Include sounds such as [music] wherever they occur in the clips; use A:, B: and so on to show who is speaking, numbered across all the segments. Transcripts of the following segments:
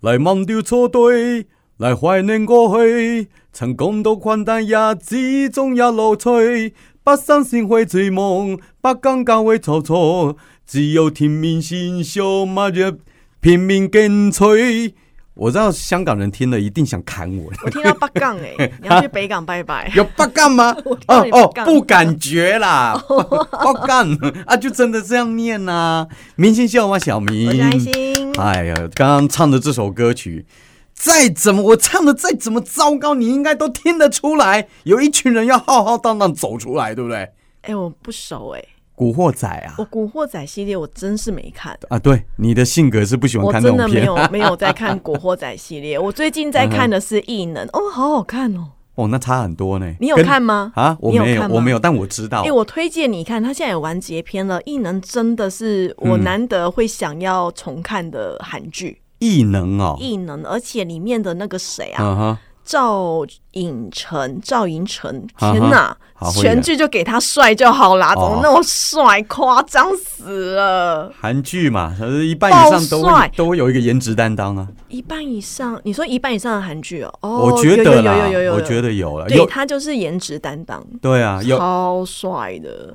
A: 来忘掉错对，来怀念过去。曾共度困难日子，總有樂趣。不生先會追夢，不更更會蹉跎。只有拼命欣賞，馬日拼命跟隨。我知道香港人听了一定想砍我，。
B: 我听到北港哎、你要去北港拜拜
A: [laughs] 有不干
B: [laughs]
A: 吗？
B: 道
A: 哦
B: 你
A: 哦
B: 不，干
A: 不感觉
B: [laughs]
A: 啦，不不干啊，就真的这样念呐、明星笑话小明，
B: 我是爱心，
A: 哎呀，刚刚唱的这首歌曲，再怎么我唱的再怎么糟糕，你应该都听得出来，有一群人要浩浩荡荡走出来，对不对？
B: 哎、我不熟哎、
A: 古惑仔啊
B: 我《古惑仔》系列我真是没看，
A: 啊，对，你的性格是不喜欢
B: 我
A: 看那
B: 真的
A: 种
B: 没
A: 片 [laughs] 嗯
B: 有没有在看《古惑仔》系列。我最近在看的是《异能》，哦，好好看哦。
A: 哦，那差很多呢。
B: 你有
A: 跟
B: 看吗
A: 啊，我
B: 你有
A: 没有，
B: 看吗
A: 我没有，但我知道。
B: 哎、我推荐你看，它现在有完结篇了，《异能》真的是
A: 嗯
B: 我难得会想要重看的韩剧。
A: 异能哦，
B: 异能，而且里面的那个谁啊，
A: 嗯哼，
B: 赵寅成，赵寅成，
A: 啊哈
B: 天哪
A: 好！会
B: 全
A: 演
B: 剧就给他帅就好啦，怎
A: 哦
B: 么那么帅，夸张死了！
A: 韩剧嘛，呃一半以
B: 爆
A: 上都
B: 帅
A: 会都会有一个颜值担当啊。
B: 一半以上，你说一半以上的韩剧哦，哦，
A: 我觉得啦
B: 有有有有有，
A: 我觉
B: 得
A: 得有了，
B: 对
A: 有
B: 他就是颜值担当，
A: 对啊，有
B: 超帅的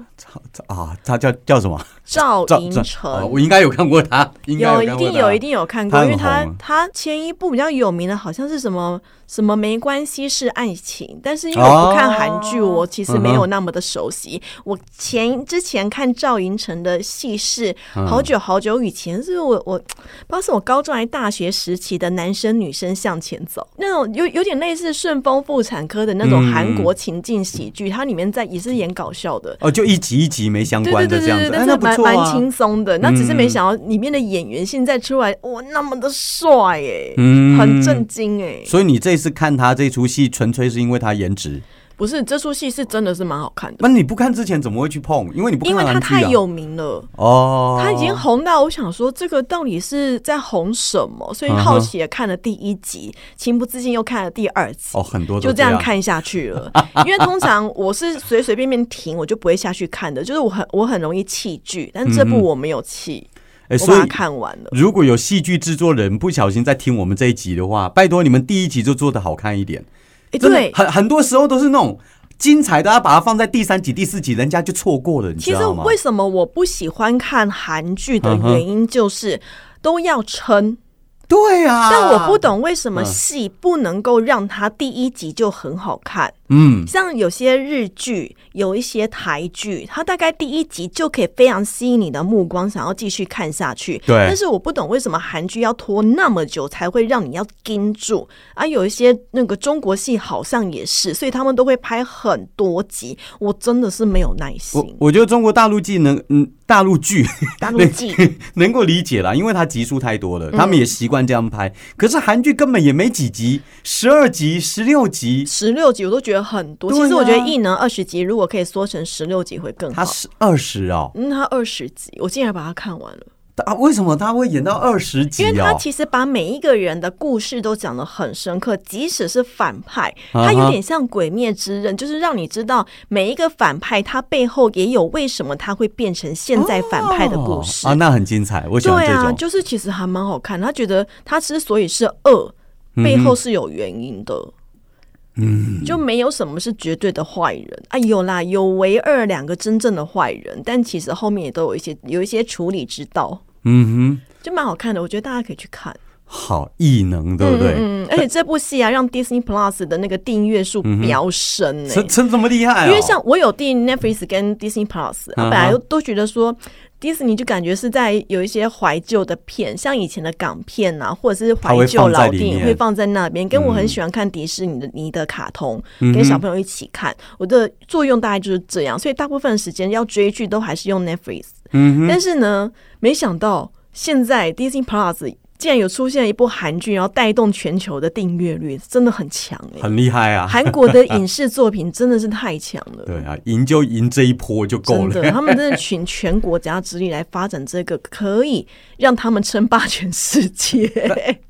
A: 啊，他叫叫什么？
B: 赵
A: 赵
B: 寅
A: 赵哦
B: 成
A: 我。应该有看过他，应该
B: 有一
A: 看过
B: 定
A: 他
B: 有一定有看
A: 他
B: 过，
A: 很
B: 因为他
A: 红啊
B: 他前一部比较有名的，好像是什么什么没关系是爱情，但是因为我不看韩剧，
A: 哦嗯
B: 我其实没有那么的熟悉。我前之前看赵寅成的戏是
A: 嗯
B: 好久好久以前，是我我不知道是我高中还大学时期的男生女生向前走那种有有点类似顺丰妇产科的那种
A: 嗯
B: 韩国情境喜剧，它里面在也是演搞笑的，
A: 哦，就一集一集没相
B: 对
A: 关
B: 对
A: 的
B: 对
A: 这样
B: 对
A: 子，
B: 对，
A: 哎
B: 但
A: 那
B: 是
A: 不
B: 蛮
A: 错
B: 蛮
A: 啊。嗯
B: 轻松的。那只是没想到里面的演员现在出来，哇，那么的帅哎，
A: 嗯
B: 很震惊哎。
A: 所以你这次看他这出戏，纯粹是因为他颜值。
B: 不是这出戏是真的是蛮好看的，
A: 那你不看之前怎么会去碰？因为你不看
B: 因为
A: 韩
B: 他
A: 剧啊。
B: 太有名了。
A: 哦，
B: 他已经红到我想说，这个到底是在红什么？所以
A: 嗯哼
B: 好奇的看了第一集，情不自禁又看了第二集。
A: 嗯哦很多都
B: 就
A: 这
B: 这样，看下
A: [laughs]
B: 去了。因为通常我是随随便便停，我就不会下去看的，就是我很我很容易弃剧，但这部我没有弃，
A: 嗯哎，
B: 我
A: 所
B: 把它
A: 以。
B: 看完了。
A: 如果有戏剧制作人不小心在听我们这一集的话，拜托你们第一集就做的好看一点。
B: 哎，
A: 真的
B: 对，
A: 很很多时候都是那种精彩的，大家把它放在第三集、第四集，人家就错过了，你
B: 其
A: 知
B: 实
A: 道吗？
B: 为什么我不喜欢看韩剧的
A: 嗯哼
B: 原因就是。都要撑，
A: 对啊，嗯
B: 但我不，懂为什么戏不能够让它第一集就很好看。
A: 嗯，
B: 像有些日剧，有一些台剧，它大概第一集就可以非常吸引你的目光，想要继续看下去。
A: 对
B: 但是我不懂为什么韩剧要拖那么久才会让你要盯住啊？有一些那个中国戏好像也是，所以他们都会拍很多集，我真的是没有耐
A: 我
B: 心。
A: 我觉得中国大陆剧能，嗯，大陆剧
B: 大陆剧。
A: 能够理解啦，因为它集数太多了，
B: 嗯
A: 他们也习惯这样拍。可是韩剧根本也没几集，十二集、十六集，
B: 十六集我都觉得很多。
A: 对啊
B: 其实我觉得异能二十集如果可以缩成十六集会更
A: 它
B: 好。
A: 是二十哦，
B: 嗯，他二十集，我竟然把它看完了，
A: 啊，为什么他会演到二十集
B: 因为他
A: 哦？
B: 其实把每一个人的故事都讲得很深刻，即使是反派，
A: 啊哈
B: 他有点像《鬼灭之刃》，就是让你知道每一个反派他背后也有为什么他会变成现在反派的故事。
A: 哦啊，那很精彩，我喜欢
B: 对
A: 这
B: 啊，
A: 种。
B: 就是其实还蛮好看。他觉得他之所以是恶，
A: 嗯
B: 背后是有原因的。嗯，就没有什么是绝对的坏人啊，有啦，有唯二两个真正的坏人，但其实后面也都有一些有一些处理之道，
A: 嗯哼，
B: 就蛮好看的，我觉得大家可以去看。
A: 好异能，对不对？
B: 嗯，而且这部戏啊，让 Disney Plus 的那个订阅数
A: 嗯
B: 飙升欸呢、
A: 成成这么厉害、哦？
B: 嗯因为像我有订 Netflix 跟 Disney Plus，、啊、
A: 嗯哼
B: 本来都觉得说 Disney 就感觉是在有一些怀旧的片，像以前的港片啊，或者是怀旧老
A: 它会放
B: 电
A: 在里
B: 影
A: 面嗯
B: 会放在那边。跟我很喜欢看迪士尼的尼的卡通，跟小朋友一起看，我的作用大概就是这样。所以大部分时间要追剧都还是用 Netflix。嗯，但是呢，没想到现在 Disney Plus。竟然有出现一部韩剧，然后带动全球的订阅率，真的很强哎、
A: 很厉害啊！
B: 韩国的影视作品真的是太强了。
A: 对啊，赢就赢这一波就够了。
B: 真的，他们真的群
A: [laughs]
B: 全国家之力来发展这个，可以让他们称霸全世界。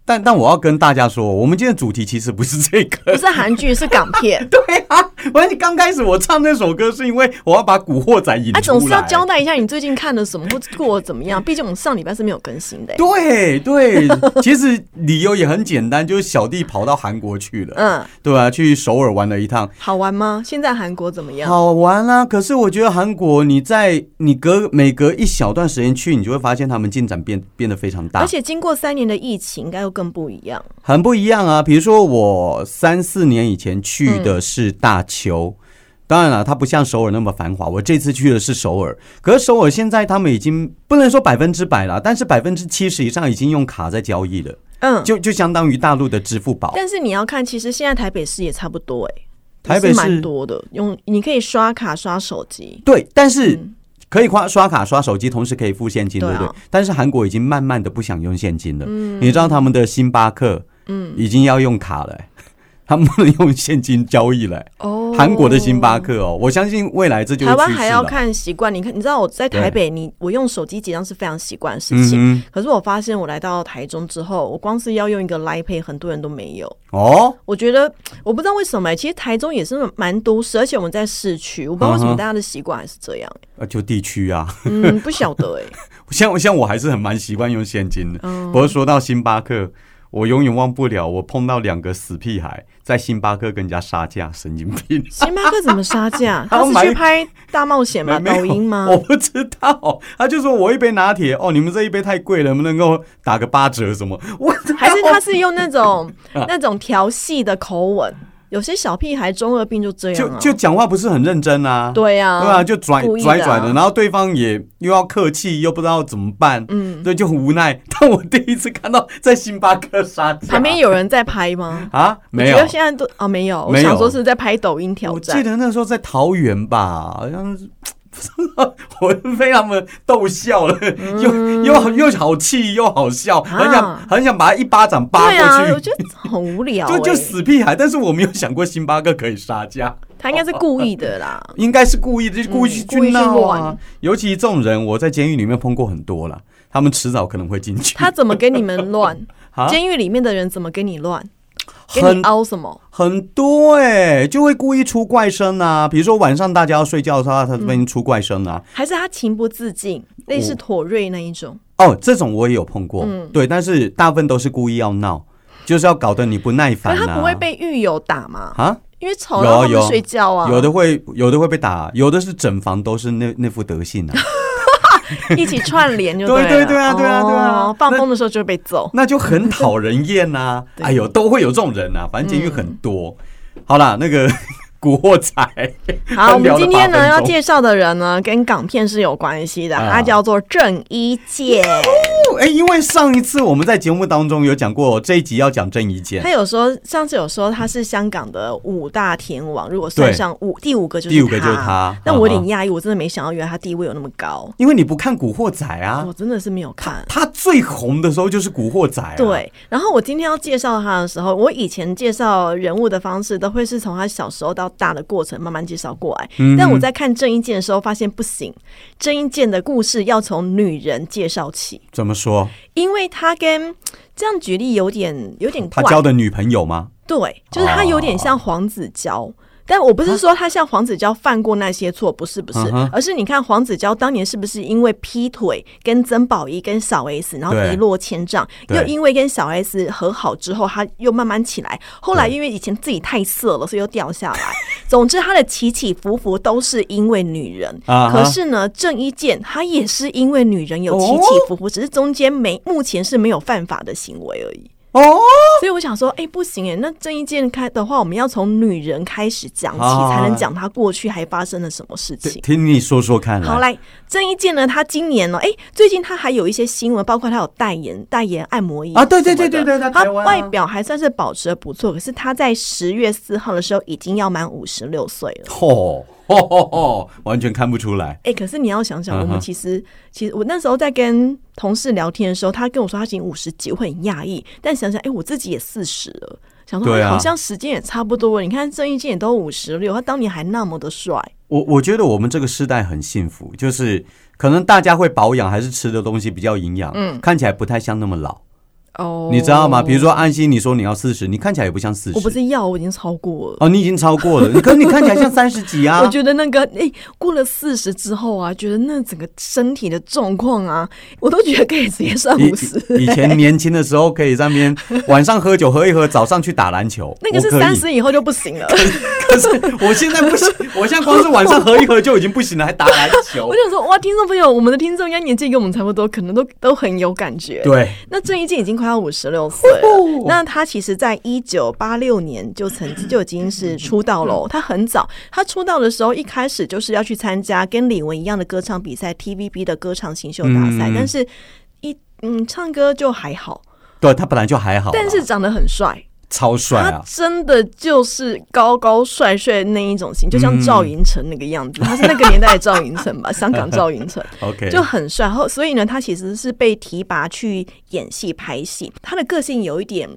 A: 但但我要跟大家说，我们今天的主题其实不是这
B: 不
A: 个。。
B: 是韩剧，是港片
A: [laughs] 对啊，我刚开始我唱那首歌是因为我要把《古惑仔》引出来。
B: 啊，总是要交代一下你最近看了什么或者过得怎么样，毕竟我们上礼拜是没有更新的
A: [laughs]
B: 欸、
A: 对对，其实理由也很简单，就是小弟跑到韩国去了，
B: 嗯，
A: 对啊，去首尔玩了一趟，
B: 好玩吗？现在韩国怎么样？
A: 好玩啦、可是我觉得韩国，你在你隔每隔一小段时间去，你就会发现他们进展变变得非常大
B: 而，且经过三年的疫情，应该又更不一样。
A: 很不一样啊。比如说我三四年以前去的
B: 嗯
A: 是大邱。当然了，它不像首尔那么繁华。我这次去的是首尔，可是首尔现在他们已经不能说百分之百了，但是百分之七十以上已经用卡在交易了，
B: 嗯，
A: 就就相当于大陆的支付宝。
B: 但是你要看，其实现在台北市也差不多哎、
A: 台北市
B: 也是蛮多的，用你可以刷卡刷手机。
A: 对，但是可以刷刷卡、刷手机，同时可以付现金，
B: 嗯对
A: 对
B: 啊嗯
A: 不对？但是韩国已经慢慢的不想用现金了。你知道他们的星巴克，嗯，已经要用卡了、 [laughs] 他们不能用现金交易了、
B: 哦
A: 韩国的星巴克哦，我相信未来这就是
B: 台湾
A: 趋势
B: 还要
A: 了。
B: 看习惯，你看，你知道我在台北，你我用手机结账是非常习惯的事情。
A: 嗯
B: 可是我发现我来到台中之后，我光是要用一个 Line Pay，很多人都没有。
A: 哼，哦，
B: 我觉得我不知道为什么、欸其实台中也是蛮都市，而且我们在市区，我不知道为
A: 嗯
B: 什么
A: 哼
B: 大家的习惯还是这样。欸
A: 呃就地区啊， [laughs]
B: 嗯，不晓得哎、
A: 像像我还是很蛮习惯用现金的。
B: 嗯
A: 不过说到星巴克。我永远忘不了，我碰到两个死屁孩在星巴克跟人家杀价，神经病！
B: 星巴克怎么杀
A: [laughs]
B: 价？
A: 他
B: 他
A: 们哦
B: 是
A: 买
B: 去拍大冒险吗？
A: 没没有
B: 抖音吗？
A: [laughs] 我不知道，他就说我一杯拿铁哦，你们这一杯太贵了，能不能够打个八折什么？我
B: 还是他是用那
A: [laughs]
B: 种
A: 啊
B: 那种调戏的口吻？有些小屁孩中二病就这样
A: 就
B: 啊，
A: 就讲话不是很认真啊，
B: 对啊，
A: 对啊，就拽
B: 故意的啊
A: 拽拽的，然后对方也又要客气，又不知道怎么办，嗯，对，就很无奈。但我第一次看到在星巴克杀价，
B: 旁边有人在拍吗？
A: 啊没有
B: 我觉得，现在都啊没有，我
A: 没有
B: 想说是在拍抖音挑
A: 我记
B: 战。
A: 得那时候在桃园吧，好像是。 [laughs] 我被他们逗笑了，又又好又好气又好笑，很想
B: 嗯啊
A: 很想把他一巴掌扒
B: 对啊
A: 过，去
B: 我。觉得很无聊、欸。
A: [laughs] 就就死屁孩，但是我没有想过星巴克可以杀价，
B: 他应该是故意的啦。 [laughs]
A: 应该是故意的，就是故意去
B: 嗯故意
A: 去
B: 去
A: 闹啊
B: 乱。
A: 尤其这种人，我在监狱里面碰过很多了，他们迟早可能会进去。
B: 他怎么跟你们乱
A: [laughs] 啊？
B: 监狱里面的人怎么跟你乱？跟
A: 很
B: 你哦凹什么？
A: 很多哎、就会故意出怪声啊，比如说晚上大家要睡觉的时候，他这边出怪声啊。
B: 还是他情不自禁，类似妥瑞那一种？
A: 哦，这种我也有碰过，
B: 嗯
A: 对，但是大部分都是故意要闹，就是要搞得你不耐
B: 可
A: 烦
B: 是他
A: 啊。
B: 不会被狱友打吗？
A: 啊，
B: 因为吵
A: 有啊
B: 到他
A: 有
B: 们睡觉啊，
A: 有的会有的会被打，有的是整房都是那那副德性啊。
B: [laughs] 一起串联就
A: 对
B: 了。
A: 对对啊对啊对啊
B: 哦放风的时候就会被
A: [laughs]
B: 揍。
A: 那就很讨人厌呐、
B: 对
A: 哎呦，都会有这种人呐、反正监狱很多。好啦，那个《古惑仔》
B: 好，我们
A: 聊了
B: 今天
A: 8
B: 呢
A: 分钟
B: 要介绍的人呢，跟港片是有关系的，
A: 啊
B: 他叫做郑伊健。
A: 哦哎、因为上一次我们在节目当中有讲过，这一集要讲郑伊健
B: 他，有说上次有说他是香港的五大天王，如果算
A: 对
B: 上五第五个就是
A: 第五个就是他
B: 但我有点
A: 嗯哼
B: 讶异，我真的没想到原来他地位有那么高，
A: 因为你不看《古惑仔》啊
B: 我，真的是没有看。
A: 他最红的时候就是《古惑仔、啊》。，
B: 对，然后我今天要介绍他的时候，我以前介绍人物的方式都会是从他小时候到大的过程慢慢介绍过来。
A: 嗯
B: 但我在看郑伊健的时候，发现不行，郑伊健的故事要从女人介绍起，
A: 怎么说？
B: 因为他跟这样举例有点有点
A: 哦他
B: 怪，
A: 交的女朋友吗？
B: 对，就是他有点
A: 哦
B: 像黄子佼。但我不是说他像黄子佼犯过那些错，不是不是
A: 嗯哼
B: 而是你看黄子佼当年是不是因为劈腿跟曾宝仪跟小 S，然后
A: 对
B: 一落千丈，
A: 对
B: 又因为跟小 S 和好之后，他又慢慢起来，后来因为以前自己太色了，所以又掉下来。 [laughs] 总之，他的起起伏伏都是因为女人。
A: 啊哈
B: 可是呢，郑伊健他也是因为女人有起起伏
A: 哦
B: 伏，只是中间没目前是没有犯法的行为而已。
A: 哦，
B: 所以我想说，哎、不行哎，那郑伊健开的话，我们要从女人开始讲起，
A: 好好好
B: 才能讲她过去还发生了什么事
A: 啊对
B: 情。
A: 听你说说看。
B: 好，，来，郑伊健呢，她今年呢，哎、最近她还有一些新闻，包括她有代言代言按摩椅
A: 啊对对
B: 什么
A: 对
B: 的
A: 对对
B: 她
A: 台湾啊
B: 外表还算是保持的不错，可是她在十月四号的时候已经要满五十六岁了。
A: 吼吼吼吼，完全看不出来。
B: 哎、可是你要想想，我
A: 嗯
B: 们
A: 哼
B: 其实、其实我那时候在跟同事聊天的时候，他跟我说他已经五十几，我会很讶异。但想想，哎、我自己也四十了，想说、
A: 对啊
B: 好像时间也差不多了。你看郑伊健也都五十六，他当年还那么的帅，
A: 我我觉得我们这个时代很幸福，就是可能大家会保养，还是吃的东西比较营养，嗯，看起来不太像那么老。
B: 哦，
A: 你知道吗？比如说安心，你说你要四十，你看起来也不像四十。
B: 我不是要，我已经超过了。
A: 哦，你已经超过了，可是你看起来像三十几啊
B: [laughs] 我。觉得那个哎、过了四十之后啊，觉得那整个身体的状况啊，我都觉得可以直接上
A: 以
B: 五十。 [laughs]
A: 以以前年轻的时候可以在那边晚上喝酒喝一喝，早上去打篮球，
B: 那个是
A: 我可以
B: 三。十以后就不行了。
A: [laughs] 可是我现在不行，我现在光是晚上喝一喝就已经不行了，还打篮球
B: 我。想说，哇，听众朋友，我们的听众应该年纪跟我们差不多，可能都都很有感觉。
A: 对，
B: 那郑伊健已经快要五十六岁
A: 哦
B: 了，那他其实，在一九八六年就曾经就已经是出道
A: 嗯
B: 喽。他很早，他出道的时候一开始就是要去参加跟李玟一样的歌唱比赛 TVB 的歌唱新秀大赛，
A: 嗯
B: 但是一嗯唱歌就还好，
A: 对他本来就还好啦，啊
B: 但是长得很帅。
A: 超帅
B: 他
A: 啊！
B: 真的就是高高帅帅那一种型，就像赵寅成那个样
A: [laughs]
B: 子，他是那个年代的赵寅成吧，香港赵寅成。
A: OK，
B: 就很帅。后所以呢，他其实是被提拔去演戏拍戏。他的个性有一点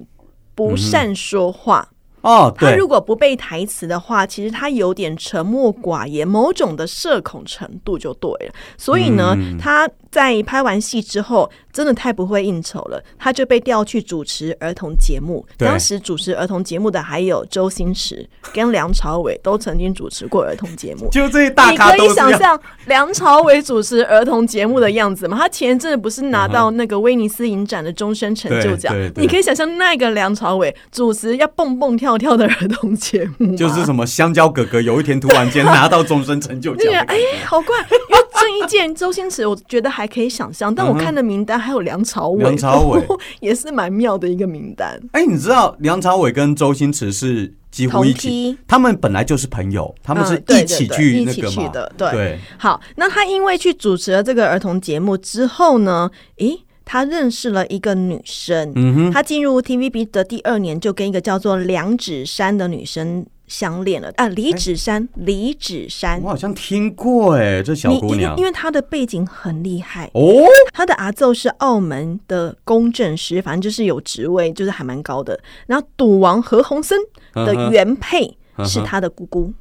B: 不善说话，
A: 哦，
B: 他
A: 嗯对
B: 如，果不背台词的话，其实他有点沉默寡言，某种的社恐程度就对了。所以呢，
A: 嗯
B: 他在拍完戏之后，真的太不会应酬了，他就被调去主持儿童节目。
A: 对
B: 当时主持儿童节目的还有周星驰跟梁朝伟，都曾经主持过儿童节目。
A: 就这些大
B: 你
A: 咖
B: 可
A: 都
B: 以
A: 是
B: 想
A: 要
B: 象梁朝伟主持儿童节目的样子吗？他前一阵子不是拿到那个威尼斯影展的终身成就奖
A: 嗯对对？对
B: 你可以想象那个梁朝伟主持要蹦蹦跳跳的儿童节目吗
A: 就是什么香蕉哥哥，有一天突然间拿到终身成就
B: 那个
A: 奖，
B: 哎，好怪！因为郑伊健、 [laughs] 周星驰，我觉得还可以想象，但我看的名单还有梁朝伟，
A: 嗯梁朝伟
B: [laughs] 也是蛮妙的一个名单。
A: 哎、你知道梁朝伟跟周星驰是几乎一
B: 同
A: 起
B: 梯，
A: 他们本来就是朋友，他们是
B: 嗯对
A: 一起
B: 对
A: 去
B: 对
A: 那
B: 一起
A: 个
B: 去
A: 嘛，
B: 的对好，那他因为去主持了这个儿童节目之后呢，诶，他认识了一个女生。
A: 嗯
B: 他进入 TVB 的第二年就跟一个叫做梁芷珊的女生相恋了啊，
A: 哎
B: 李芷珊，李芷珊
A: 我。好像听过哎、这小
B: 你
A: 姑
B: 因为
A: 娘
B: 因为她的背景很厉害，
A: 哦，
B: 她的阿奏是澳门的公证师，反正就是有职位，就是还蛮高的。然后赌王何鸿燊
A: 嗯
B: 的原配是他的姑姑，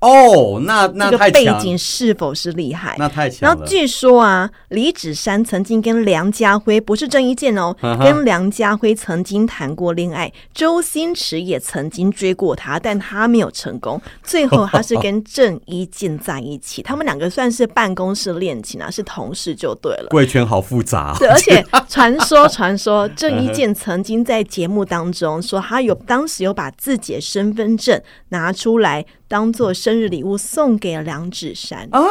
A: 哦，那
B: 这
A: 嗯那
B: 个
A: 太
B: 背
A: 强，
B: 景是否是厉害？
A: 那太
B: 然
A: 强
B: 后
A: 了。
B: 据说啊，李芷珊曾经跟梁家辉不是郑伊健哦，
A: 嗯哼
B: 跟梁家辉曾经谈过恋爱，周星驰也曾经追过她，但他没有成功。最后他是跟郑伊健在一起，他们两个算是办公室恋情啊，是同事就对
A: [laughs]
B: 了。
A: 贵圈好复杂、
B: 对，而且传说传说郑伊健曾经在节目当中说，他有当时有把自己的身份证拿出来当做生日礼物送给了梁芷珊。
A: 啊，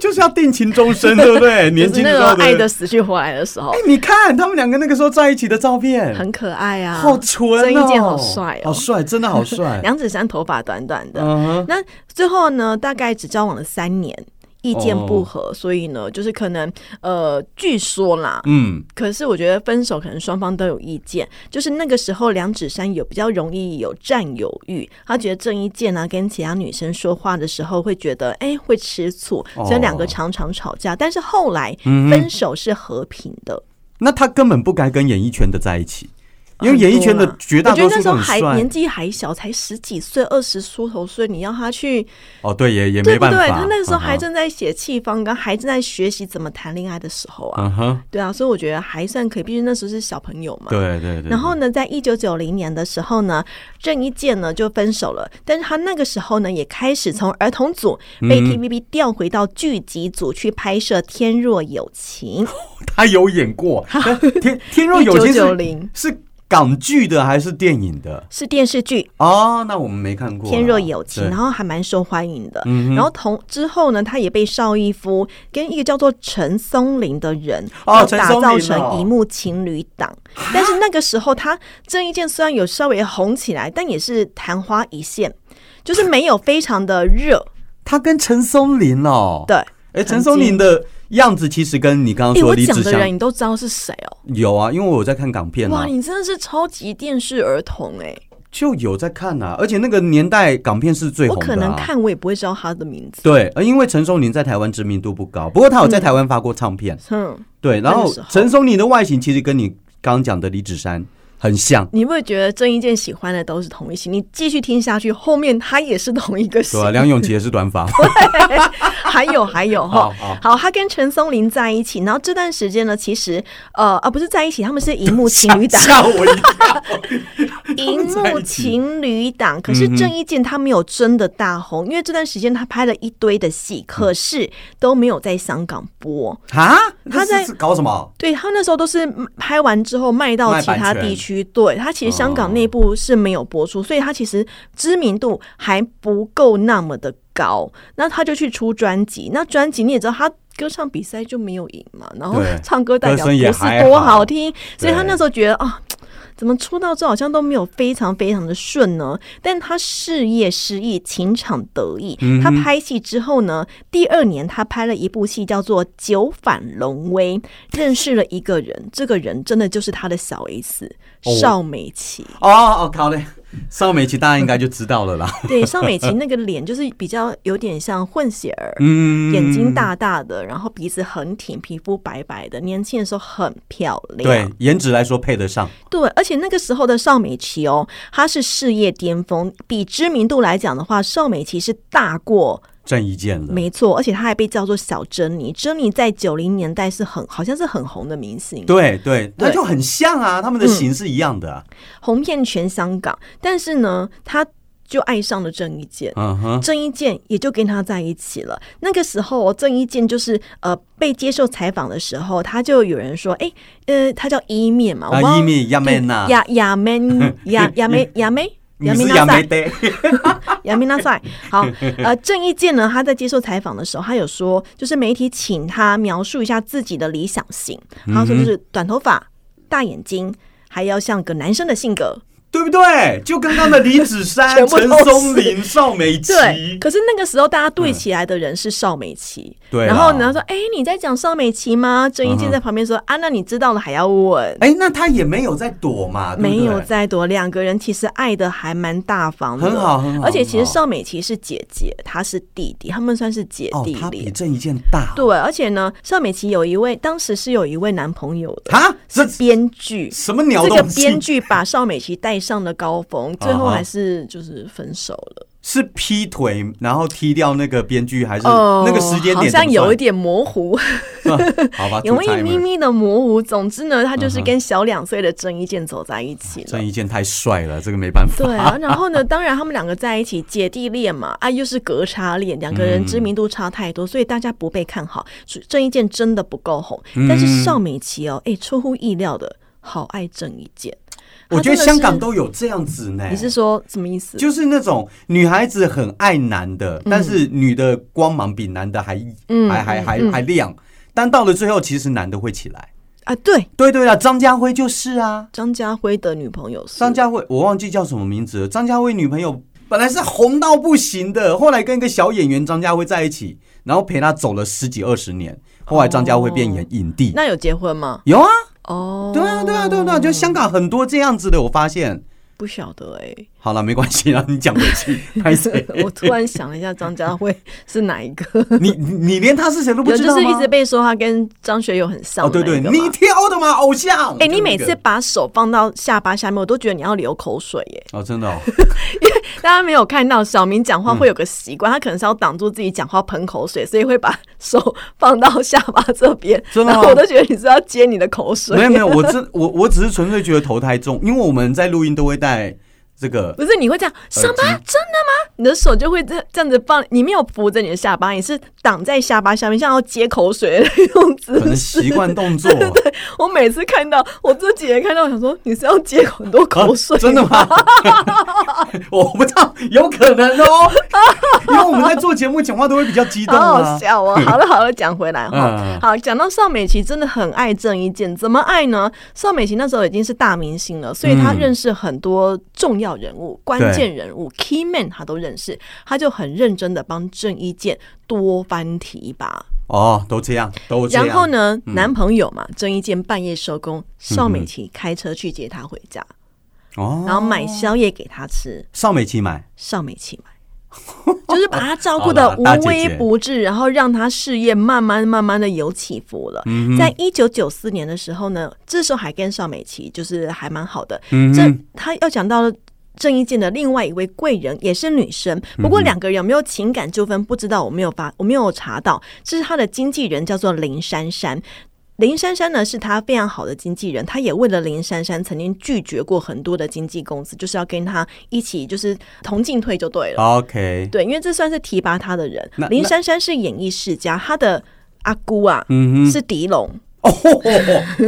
A: 就是要定情终
B: [laughs]
A: 身，对不对？年
B: 就
A: 轻
B: 是那
A: 的时
B: 个
A: 候
B: 爱
A: 的
B: 的死去活来的时候
A: 哎、，你看他们两个那个时候在一起的照片，
B: 很可爱啊，
A: 哎好纯哦，
B: 郑伊健好帅
A: 好
B: 哦。
A: 帅，真的好
B: [laughs]
A: 帅。
B: 梁子珊头发短短的，
A: 嗯哼，
B: 那最后呢，大概只交往了三年，意见不合，所以呢，就是可能呃，据说啦。
A: 哦嗯，
B: 可是我觉得分手可能双方都有意见，就是那个时候梁芷珊有比较容易有占有欲，她觉得郑伊健啊跟其他女生说话的时候会觉得哎、会吃醋，所以两个
A: 哦嗯
B: 常常吵架。但是后来分手是和平的，
A: 那他根本不该跟演艺圈的在一起，因为演艺圈的绝大多
B: 啊我觉得
A: 数
B: 那时
A: 都
B: 候
A: 很
B: 还
A: 帅
B: 年。纪还小，才十几岁、二十出头岁，你让他去，
A: 哦，对，也也
B: 对
A: 没
B: 不
A: 办法。
B: 对？他那时候还
A: 嗯
B: 正在写气方刚，还正在学习怎么谈恋爱的时候啊，
A: 哼，嗯哼，
B: 对啊，所以我觉得还算可以，毕竟那时候是小朋友嘛。
A: 对对对。
B: 然后呢，在一九九零年的时候呢，郑伊健呢就分手了，但是他那个时候呢，也开始从儿童组
A: 嗯
B: 被 TVB 调回到剧集组去拍摄《天若有情》。
A: 他有演
B: [laughs]
A: 过《天天若有情》
B: 1990
A: 是是港剧的还是电影的？
B: 是电视剧，
A: 哦，那我们没看过啦。
B: 天若有情，
A: 对嗯
B: 然后还蛮受欢迎的。然后同之后呢，他也被邵逸夫跟一个叫做陈松林的人，
A: 哦
B: 要
A: 陈
B: 打
A: 松
B: 造
A: 伶哦啊
B: 成一幕情侣档。但是那个时候，他郑伊健虽然有稍微红起来，但也是昙花一现，就是没有非常的热。
A: 他跟陈松伶哦。
B: 对，
A: 哎，
B: 曾
A: 陈松
B: 经
A: 伶的样子其实跟你刚刚
B: 哎，
A: 说
B: 我
A: 李
B: 讲
A: 子
B: 的
A: 祥
B: 人你都知道是谁哦。
A: 有啊，因为我有在看港片
B: 哇，
A: 啊，
B: 你真的是超级电视儿童哎、
A: 就有在看啊，而且那个年代港片是最
B: 我
A: 红
B: 可
A: 的
B: 能
A: 啊。
B: 看我也不会知道他的名字。
A: 对，呃因为陈松伶在台湾知名度不高，不过他有在台湾发过唱片。
B: 嗯，
A: 对，然
B: 那
A: 后
B: 个时候
A: 陈松伶的外形其实跟你刚刚讲的李芷珊很像。
B: 你会觉得郑伊健喜欢的都是同一型，你继续听下去，后面他也是同一个型
A: 对。
B: [laughs]
A: 啊，梁咏琪也是短发，
B: 还有还有
A: [laughs] 好
B: 哈
A: 好，
B: 好，他跟陈松林在一起，然后这段时间呢，其实呃啊不是在一起，他们是荧幕情
A: [laughs]
B: 侣档，
A: 吓我一
B: [laughs]
A: 跳。
B: 荧
A: 在
B: 幕
A: 一起
B: 情侣档。可
A: 嗯
B: 是郑伊健他没有真的大红，因为这段时间他拍了一堆的
A: 嗯
B: 戏，可是都没有在香港播。
A: 啊，
B: 他在
A: 这是搞什么？
B: 对他那时候都是拍嗯完之后卖到
A: 卖
B: 其
A: 版
B: 他
A: 权
B: 地区，对他其实香港内部是没有播出，所以他其实知名度还不够那么的高。那他就去出专辑，那专辑你也知道他。歌唱比赛就没有赢嘛，然后
A: 对
B: 唱歌代表
A: 歌
B: 不
A: 声也
B: 是
A: 还
B: 多
A: 好
B: 好听，所以他
A: 对
B: 那时候觉得啊，怎么出道之后好像都没有非常非常的顺呢？但他事业失意，情场得意。
A: 嗯
B: 他拍戏之后呢，第二年他拍了一部戏叫做《九反龙威》，认识了一个人，这个人真的就是他的小 S
A: 哦
B: 邵美琪。
A: 哦哦，好嘞，邵美琪大家应该就知道了啦。
B: [laughs] 对，邵美琪那个脸就是比较有点像混血儿，
A: 嗯，
B: 眼睛大大的，然后鼻子很挺，皮肤白白的，年轻的时候很漂亮。
A: 对，颜值来说配得上。
B: 对，而且那个时候的邵美琪哦，她是事业巅峰，比知名度来讲的话，邵美琪是大过，
A: 郑伊健了，
B: 没错，而且她还被叫做小珍妮。珍妮在九零年代是很好像是很红的明星，
A: 对对，
B: 对嗯
A: 那就很像啊，他们的型是一样的啊。
B: 红遍全香港。但是呢，她就爱上了郑伊健。
A: 嗯哼，
B: 郑伊健也就跟他在一起了。那个时候、哦，郑伊健就是呃被接受采访的时候，他就有人说：“哎、呃，他叫伊面嘛，我嗯不知道
A: 啊，伊米亚
B: 对
A: 曼娜，
B: 亚亚梅亚
A: [laughs]
B: 亚梅亚梅
A: 你
B: 亚梅
A: 是
B: 娜
A: 亚
B: 赛
A: 美，得，
B: 亚明娜
A: [laughs]
B: 赛。好，呃，郑伊健呢，他在接受采访的时候，他有说，就是媒体请他描述一下自己的理想型，
A: 嗯
B: 他说就是短头发、大眼睛，还要像个男生的性格。
A: 对不对？就刚刚的李子
B: [laughs]
A: 山、
B: 全部都
A: 陈
B: 是
A: 松林、邵美琪，
B: 对，可是那个时候大家对起来的人是邵美琪，
A: 对啊嗯啦
B: 然后呢说，哎、你在讲邵美琪吗？郑伊健在旁边说，啊，那你知道了还要问。
A: 哎，那他也没有在躲嘛，对不
B: 没
A: 对
B: 有再多，两个人其实爱的还蛮大方的，
A: 很好很好
B: 而且其
A: 很
B: 实
A: 好
B: 邵美琪是姐姐，她是弟弟，他们算是姐
A: 哦
B: 弟，
A: 他
B: 恋
A: 比。郑伊健大
B: 对，而且呢，邵美琪有一位，当时是有一位男朋友的，
A: 啊，这
B: 是编剧。
A: 什么鸟
B: 这个
A: 东西
B: 编？剧把邵美琪带上了高峰，最后
A: 啊哈
B: 还是就是分手了。
A: 是劈腿然后踢掉那个编剧，还是
B: 哦，
A: 那个时间点
B: 好像有一
A: 点
B: 点模
A: [laughs]
B: 糊，
A: 好吧？
B: 有
A: two
B: 一咪
A: timer
B: 咪的模糊。总之呢，他
A: 啊
B: 就是跟小两岁的郑伊健走在一起了。
A: 郑伊健太帅了，这个没办法。[laughs]
B: 对啊，然后呢，当然他们两个在一起姐弟恋嘛，啊，又是隔差恋，两个
A: 嗯
B: 人知名度差太多，所以大家不被看好。郑伊健真的不够红，
A: 嗯
B: 但是邵美琪哦，哎，出乎意料的好爱郑伊健。
A: 我觉得
B: 她真的是
A: 香港，都有这样子呢。
B: 你是说什么意思？
A: 就是那种女孩子很爱男的，
B: 嗯
A: 但是女的光芒比男的还、还还还
B: 嗯
A: 还亮，但到了最后，其实男的会起来。
B: 啊，对，
A: 对对啊，张家辉就是啊，
B: 张家辉的女朋友是
A: 张家辉我忘记叫什么名字了。张家辉女朋友本来是红到不行的，后来跟一个小演员张家辉在一起，然后陪他走了十几二十年，后来张家辉变演影帝。
B: 那有结婚吗？
A: 有啊，
B: 哦，
A: 对啊，对啊，对啊，对啊，就香港很多这样子的，我发现。
B: 不晓得哎、
A: 好了，没关系啦，你讲回
B: [laughs]
A: 去，拍谁？
B: 我突然想了一下，张家辉是哪一个？
A: 你你 [laughs] 你连他是谁都不
B: 有
A: 知
B: 就
A: 道
B: 是
A: 吗？
B: 一直被说他跟张学友很像
A: 哦，
B: 的
A: 对对，
B: 那一个嘛。
A: 你挑的嘛，偶像。
B: 哎、
A: 就
B: 你
A: 那
B: 每
A: 个
B: 次把手放到下巴下面，我都觉得你要流口水耶。
A: 哦，真
B: [laughs]
A: 的哦，
B: 大家没有看到小明讲话会有个习惯，他可能是要挡住自己讲话喷口水，所以会把手放到下巴这边。
A: 真的
B: 然
A: 吗
B: 后我都觉得你是要接你的口水
A: 没，有没有，我真我我只是纯粹觉得头太重，因为我们在录音都会带这个
B: 不是你会这样什么？真
A: 哎
B: 的吗？你的手就会这这样子放，你没有扶着你的下巴，你是挡在下巴下面，像要接口水的那种姿
A: 可能
B: 势。
A: 习惯动
B: [laughs]
A: 作
B: 我每次看到，我自己也看到，我想说你是要接很多口水、
A: 啊真的？吗？ [laughs] 我不知道，有可能哦， [laughs] 因为我们在做节目讲话都会比较 [laughs] 激动
B: 好
A: 啊
B: 好。笑哦！好了好了，讲回来哈
A: 嗯，
B: 好讲到邵美琪真的很爱郑伊健，怎么爱呢？邵美琪那时候已经是大明星了，所以她
A: 嗯
B: 认识很多重要人物、关键人物、key man，她都认识，她就很认真的帮郑伊健多番提拔。
A: 哦，都这样，都这样。嗯
B: 然后？呢，男朋友嘛，郑伊健半夜收工，邵美琪开车去接他回家，
A: 哦，
B: 然后买宵夜给他吃，
A: 邵美琪买
B: 邵美琪买。 [laughs] 就是把他照顾的无微不至，然后让他事业慢慢慢慢的有起伏了。在一九九四年的时候呢，这时候还跟邵美琪就是还蛮好的。
A: 嗯
B: 这他要讲到。郑伊健的另外一位贵人也是女
A: 嗯
B: 生，不过两个人有没有情感纠纷不知道，我没有发，我没有查到。这是他的经纪人叫做林珊珊，林珊珊呢是他非常好的经纪人，他也为了林珊珊曾经拒绝过很多的经纪公司，就是要跟他一起就是同进退就对了。 [laughs]
A: OK，
B: 对，因为这算是提拔他的人
A: 哦那。
B: 林珊珊是演艺世家，他的阿姑啊、
A: 嗯
B: 是狄龙。
A: 哦吼吼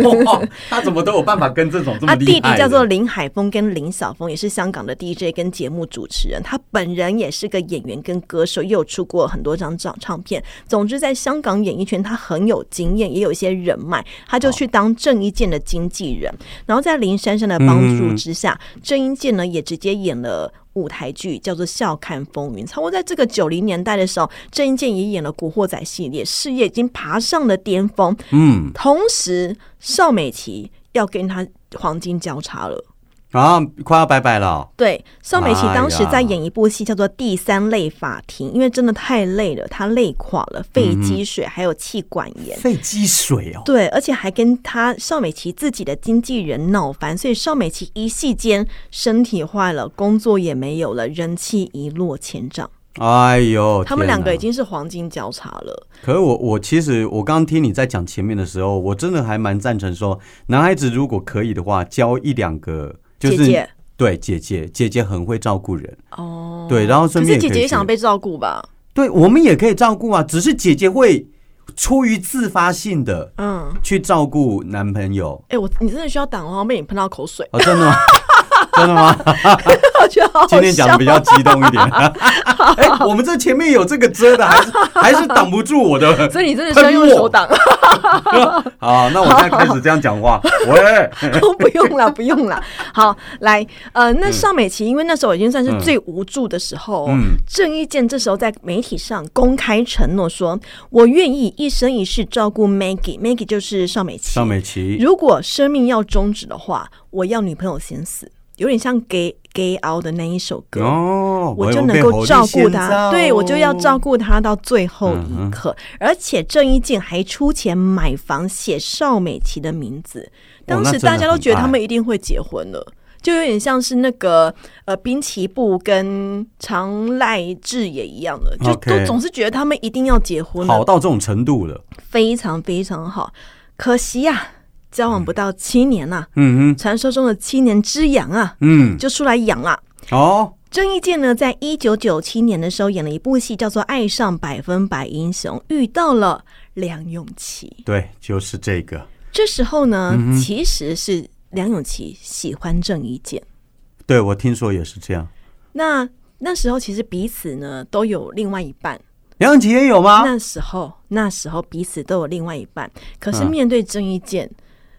A: 吼吼，他怎么都有办法跟这种这么
B: 他啊弟
A: 厉
B: 弟
A: 害的？
B: 叫做林海峰，跟林晓峰也是香港的 DJ 跟节目主持人，他本人也是个演员跟歌手，也有出过很多张唱唱片。总之，在香港演艺圈，他很有经验，也有一些人脉，他就去当郑伊健的经纪人。然后在林珊珊的帮助之下，郑伊健呢也直接演了。舞台剧叫做《笑看风云》，差不多在这个九零年代的时候，郑伊健也演了《古惑仔》系列，事业已经爬上了巅峰。
A: 嗯
B: 同时，邵美琪要跟他黄金交叉了。
A: 啊，快要拜拜了。
B: 对，邵美琪
A: 哎呀
B: 当时在演一部戏叫做《第三类法庭》，因为真的太累了，她累垮了，肺积水还有气管炎。
A: 肺积水哦，
B: 对，而且还跟她邵美琪自己的经纪人闹翻，所以邵美琪一夕间身体坏了，工作也没有了，人气一落千丈。
A: 哎呦，
B: 他们
A: 天
B: 两个
A: 哪
B: 已经是黄金交叉了。
A: 可是我我其实我刚刚听你在讲前面的时候，我真的还蛮赞成说，男孩子如果可以的话，交一两个就是
B: 姐姐
A: 对姐姐，姐姐很会照顾人，
B: 哦，
A: 对，然后
B: 可
A: 顺便
B: 是姐
A: 可以
B: 姐也想
A: 学
B: 被照顾吧？
A: 对，我们也可以照顾啊，只是姐姐会出于自发性的
B: 嗯，
A: 去照顾男朋友
B: 哎、我你真的需要挡哦，被你喷到口水，
A: 哦，真的吗？ [laughs] 真的吗？
B: 我觉得好好
A: 今天讲
B: 笑
A: 的比较激动一点。 [laughs] 哎、我们这前面有这个遮的，还是还是挡不住我的。
B: [laughs] 所以你真的需要用
A: [laughs]
B: 手挡？
A: 好，那我现在开始这样讲
B: [laughs]
A: 话。喂，
B: 哦不用啦，不用啦。好，来，呃，那邵美琪因为那时候已经算是最无助的时候、哦，
A: 嗯
B: 郑伊健这时候在媒体上公开承诺说：“我愿意一生一世照顾 Maggie，Maggie 就是邵美琪
A: 邵。美琪，
B: 如果生命要终止的话，我要女朋友先死。”有点像 gay gay out 的那一首歌。
A: 哦，
B: 我就能够照顾他，对我就要照顾他到最后
A: 嗯
B: 一刻。而且郑伊健还出钱买房写邵美琪的名字，当
A: 那
B: 时
A: 真的
B: 大家都
A: 很欸
B: 觉得他
A: 爱
B: 们一定会结婚了。就有点像是那个呃，滨崎步跟长濑智也一样的，就
A: OK
B: 都总是觉得他们一定要结婚了
A: 好，到这种程度了。
B: 非常非常好。可惜呀、交往不到七年呐、
A: 嗯
B: 传说中的七年之痒啊，
A: 嗯
B: 就出来啊痒啦、
A: 嗯，哦，
B: 郑伊健呢，在一九九七年的时候演了一部戏，叫做《爱上百分百英雄》，遇到了梁咏琪。
A: 对，就是这个。
B: 这时候呢，其实是梁咏琪喜欢郑伊健。
A: 对我听说也是这样。
B: 那那时候其实彼此呢都有另外一半。
A: 梁咏琪也有吗？
B: 那时候那时候彼此都有另外一半，可是
A: 嗯
B: 面对郑伊健，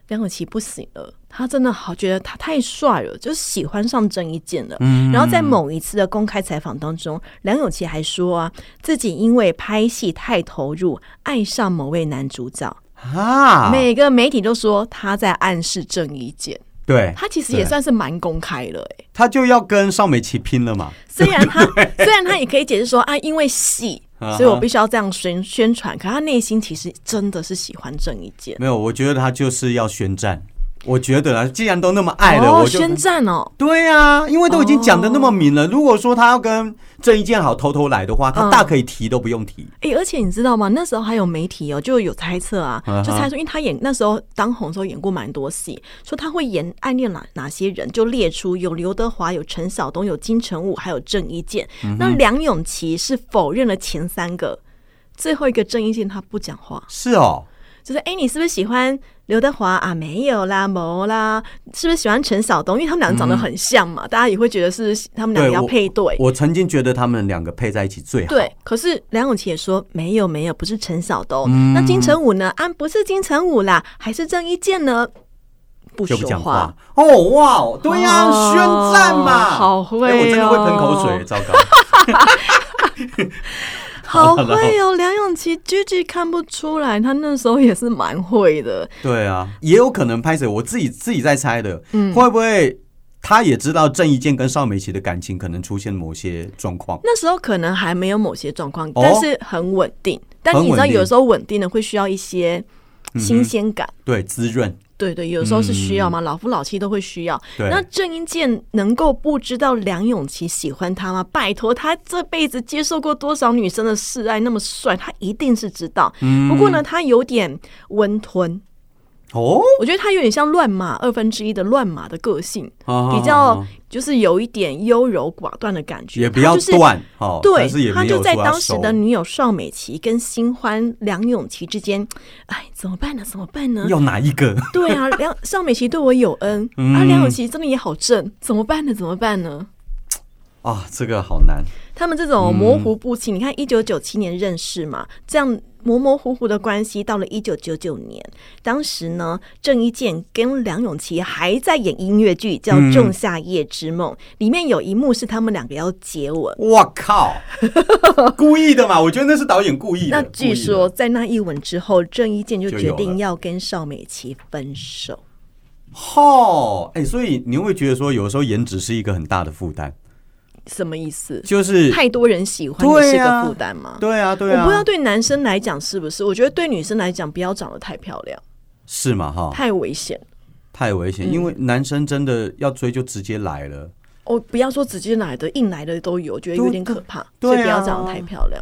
B: 梁咏琪不行了。她真的好觉得他太帅了，就喜欢上郑伊健了。
A: 嗯
B: 然后在某一次的公开采访当中，梁咏琪还说啊，自己因为拍戏太投入，爱上某位男主角。
A: 啊，
B: 每个媒体都说他在暗示郑伊健，
A: 对，
B: 他其实
A: 对
B: 也算是蛮公开了、欸。
A: 他就要跟邵美琪拼了嘛。
B: 虽然
A: [laughs]
B: 他虽然他也可以解释说啊，因为戏，
A: 啊哈
B: 所以我必须要这样宣宣传。可他内心其实真的是喜欢郑伊健。
A: 没有，我觉得他就是要宣战。我觉得啊，既然都那么爱了，
B: 哦，
A: 我就
B: 宣战哦，
A: 对啊，因为都已经讲的那么明了。如果说他要跟郑伊健好偷偷来的话，他
B: 嗯
A: 大可以提都不用提。
B: 哎、而且你知道吗？那时候还有媒体哦，就有猜测啊，
A: 啊哈
B: 就猜说，因为他演那时候当红的时候演过蛮多戏，说他会演暗恋哪哪些人，就列出有刘德华、有陈晓东、有金城武，还有郑伊健。
A: 嗯
B: 那梁咏琪是否认了前三个，最后一个郑伊健他不讲话。
A: 是哦，
B: 就是哎、诶你是不是喜欢刘德华啊？没有啦，没啦，是不是喜欢陈晓东？因为他们两个长得很像嘛，大家也会觉得是他们两个要
A: 嗯我
B: 配对。
A: 我曾经觉得他们两个配在一起最好。
B: 对，可是梁咏琪也说没有没有，不是陈晓东。
A: 嗯
B: 那金城武呢？啊，不是金城武啦，还是郑伊健呢？不
A: 就
B: 说
A: 不讲话。哦，哇哦，对呀、
B: 哦
A: 宣战嘛，
B: 好会哦哦
A: 哎我真的会喷口水，糟糕。 [laughs]
B: 好
A: 好了
B: 会哦，梁咏琪 G G 看不出来，他那时候也是蛮会的。嗯
A: 对啊，也有可能拍谁，我自己自己在猜的，会不会他也知道郑伊健跟邵美琪的感情可能出现某些状况。
B: 那时候可能还没有某些状况，
A: 哦
B: 但是很稳定。但
A: 很
B: 你知道，
A: 稳定嗯
B: 有时候稳定的会需要一些新鲜感。
A: 对，滋润，
B: 对对，有时候是需要嘛，老夫老妻都会需要。
A: 嗯对
B: 那郑伊健能够不知道梁咏琪喜欢他吗？拜托，他这辈子接受过多少女生的示爱，那么帅，他一定是知道。
A: 嗯
B: 不过呢，他有点温吞，
A: 哦，
B: 我觉得他有点像乱马二分之一的乱马的个性，
A: 啊
B: 比较就是有一点优柔寡断的感觉，
A: 也不要
B: 他就是
A: 断，哦，但是
B: 对，
A: 也没
B: 他
A: 有
B: 就在
A: 说要
B: 当时
A: 收
B: 的女友邵美琪跟新欢梁咏琪之间，哎，怎么办呢？怎么办呢？
A: 要哪一个？
B: 对
A: [laughs]
B: 啊，梁邵美琪对我有恩，
A: 嗯
B: 啊，梁咏琪真的也好正，怎么办呢？怎么办呢？
A: 啊，这个好难。
B: 他们这
A: 嗯
B: 种模糊不清，你看一九九七年认识嘛，这样模模糊糊的关系，到了一九九九年，当时呢，郑伊健跟梁咏琪还在演音乐剧叫
A: 嗯
B: 《仲夏夜之梦》，里面有一幕是他们两个要接吻。
A: 我
B: [laughs]
A: 靠，故意的嘛？我觉得那是导演故意的。
B: 那
A: 故
B: 据
A: 意的
B: 说在那一吻之后，郑伊健就
A: 就
B: 决
A: 有了
B: 定要跟邵美琪分手。
A: 哦，哎、所以你会觉得说，有时候颜值是一个很大的负担，
B: 什么意思？
A: 就是
B: 太多人喜欢也
A: 对
B: 是
A: 啊
B: 个负担吗？
A: 对啊，对
B: 我
A: 啊，
B: 不知道对男生来讲是不是，我觉得对女生来讲，不要长得太漂亮，
A: 是嘛哈，
B: 太危险。
A: 太危
B: 嗯
A: 险，因为男生真的要追就直接来了。
B: 哦，不要说直接来的，硬来的都有，我觉得有点可怕，
A: 对
B: 所以不要
A: 对啊
B: 长得太漂亮。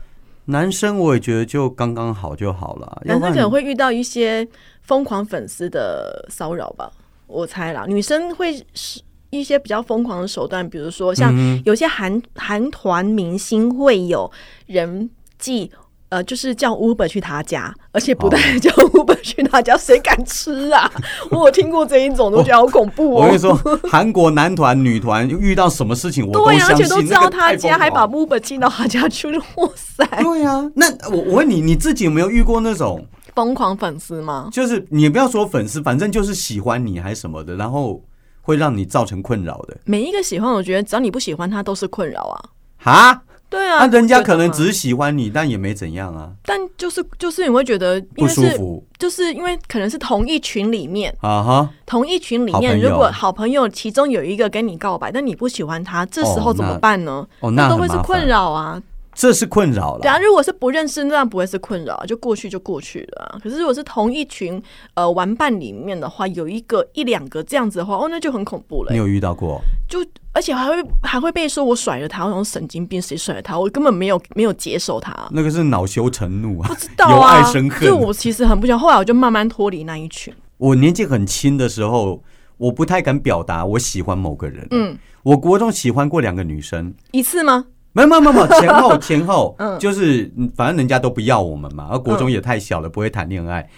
A: 男生我也觉得就刚刚好就好了，要
B: 男
A: 不然
B: 生可能会遇到一些疯狂粉丝的骚扰吧，我猜啦。女生会是一些比较疯狂的手段，比如说像
A: 嗯
B: 有些韩韩团明星会有人寄。呃，就是叫 Uber 去他家，而且不但
A: 哦
B: 叫 Uber 去他家，谁敢吃
A: [laughs]
B: 啊？我有听过这一种的，我觉得好恐怖哦。
A: 我跟你说， [laughs] 韩国男团、女团遇到什么事情，我
B: 对呀、
A: 相
B: 而且
A: 信。
B: 都知
A: 那
B: 道
A: 个
B: 他
A: 太疯
B: 家，还把
A: 狂了
B: Uber 寄到他家去，哇塞！
A: 对呀、那我我问你，你自己有没有遇过那种，
B: 疯狂粉丝吗？
A: 就是你不要说粉丝，反正就是喜欢你还是什么的，然后会让你造成困扰的
B: 每一个喜欢，我觉得只要你不喜欢他，都是困扰啊。
A: 哈？
B: 对
A: 那、
B: 啊，
A: 人家
B: 你不觉
A: 可
B: 得
A: 能
B: 吗
A: 只是喜欢你，但也没怎样啊，
B: 但就是就是你会觉得，因
A: 不
B: 为
A: 舒
B: 是
A: 服
B: 就是因为可能是同一群里面，
A: 啊哈。
B: 同一群里
A: 好
B: 面，
A: 朋友
B: 如果好朋友其中有一个跟你告白，但你不喜欢他，这时候
A: 哦
B: 怎么
A: 那
B: 办呢？
A: 哦那
B: 那都
A: 很
B: 会是
A: 麻
B: 困
A: 烦
B: 扰啊。
A: 这是困扰
B: 对啊，
A: 了。
B: 如果是不认识，那样不会是困扰，啊就过去就过去了啊、可是如果是同一群呃玩伴里面的话，有一个一两个这样子的话，哦，那就很恐怖了、
A: 你有遇到过？
B: 就而且还会还会被说我甩了他，我种神经病，谁甩了他？我根本没有没有接受他，啊
A: 那个是恼羞成怒啊
B: 不，知道
A: 由
B: 啊，
A: 爱
B: 所
A: 生
B: 以
A: 恨。
B: 我其实很不喜欢。后来我就慢慢脱离那一群。
A: 我年纪很轻的时候，我不太敢表达我喜欢某个人。嗯，我国中喜欢过两个女生，
B: 一次吗？
A: 没有没有没有，前
B: [laughs]
A: 后前后，就是嗯反正人家都不要我们
B: 嗯
A: 嘛，而国中也太小了，不会谈恋爱。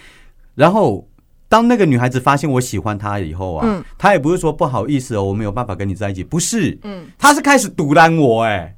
A: 然后当那个女孩子发现我喜欢她以后啊，
B: 嗯
A: 她也不是说不好意思哦，我没有办法跟你在一起，不是，嗯，她是开始堵拦我、哎，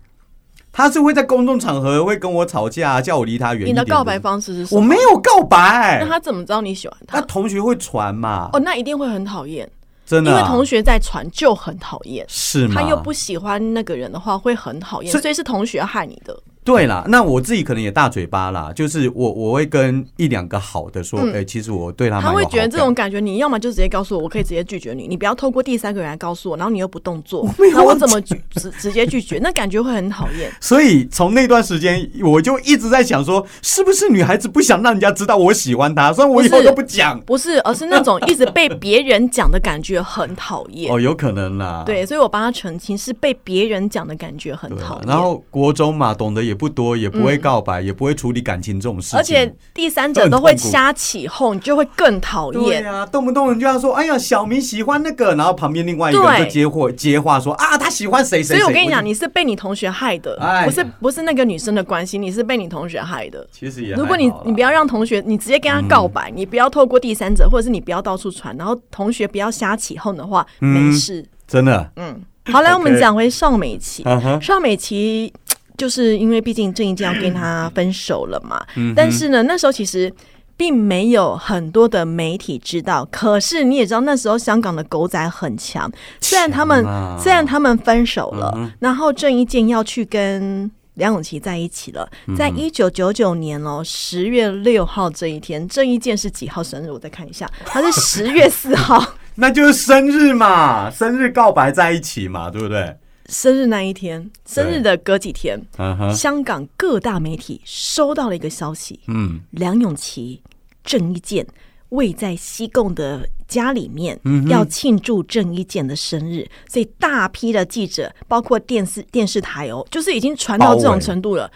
A: 她是会在公众场合会跟我吵架、叫我离她远一
B: 你
A: 点。
B: 的告白，方式是什
A: 我
B: 么？
A: 没有哎告白，
B: 那他怎么知道你喜欢他
A: 那？同学会传嘛？
B: 哦，那一定会很讨厌，
A: 啊真的
B: 因
A: 啊、
B: 为同学在传就很讨厌。
A: 是吗？
B: 他又不喜欢那个人的话，会很讨厌，
A: 是
B: 所以是同学害你的。
A: 对啦，那我自己可能也大嘴巴啦，就是我我会跟一两个好的说，哎、其实我对他蛮
B: 嗯他
A: 有
B: 会觉得
A: 好
B: 这
A: 感
B: 种感觉，你要么就直接告诉我，我可以直接拒绝你，你不要透过第三个人来告诉我，然后你又不
A: [laughs]
B: 动作，那我怎么拒直直接拒绝？那感觉会很讨厌。
A: 所以从那段时间，我就一直在想说，是不是女孩子不想让人家知道我喜欢她，所以我以后
B: 不是
A: 都不讲。
B: 不是，而是那种一直被别人讲的感觉很讨厌。
A: 哦，有可能啦。
B: 对，所以我帮他澄清，是被别人讲的感觉很
A: 对啊
B: 讨。厌。嗯
A: 然后国中嘛，懂得也不多，也不会告白，也不会处理感情这种事情。
B: 而且第三者都会瞎起哄，你就会更讨
A: 对
B: 厌。
A: 呀、啊，动不动人就要说，哎呀，小明喜欢那个，然后旁边另外一个人
B: 对
A: 就接话接话说啊，他喜欢谁谁谁。
B: 所以我跟你
A: 就
B: 讲，你是被你同学害的
A: 哎，呀
B: 不是不是那个女生的关系，你是被你同学害的。
A: 其实也还
B: 如果你
A: 好啦嗯
B: 你不要让同学，你直接跟他告白，你不要透过第三者，或者是你不要到处传，然后同学不要瞎起哄的话，没事。
A: 真的，
B: 嗯好，来
A: 嗯 OK
B: 我们讲回邵美琪
A: 嗯哼。
B: 邵美琪就是因为毕竟郑伊健要跟
A: 嗯
B: 他分手了嘛，但是呢，那时候其实。并没有很多的媒体知道，可是你也知道，那时候香港的狗仔很强。虽然他们、
A: 强啊嗯
B: 虽然他们分手了，然后郑伊健要去跟梁咏琪在一起了，
A: 嗯
B: 在一九九九年哦十月六号这一天，郑伊健是几号生日？我再看一下，他是十月四号。
A: 那就是生日嘛，生日告白在一起嘛，对不对？
B: 生日那一天，生日的隔几天，
A: 嗯哼，
B: 香港各大媒体收到了一个消息：
A: 嗯
B: 梁咏琪、郑伊健位在西贡的家里面，
A: 嗯哼
B: 要庆祝郑伊健的生日，所以大批的记者，包括电视电视台哦，就是已经传到这
A: 包
B: 种
A: 围
B: 程度了，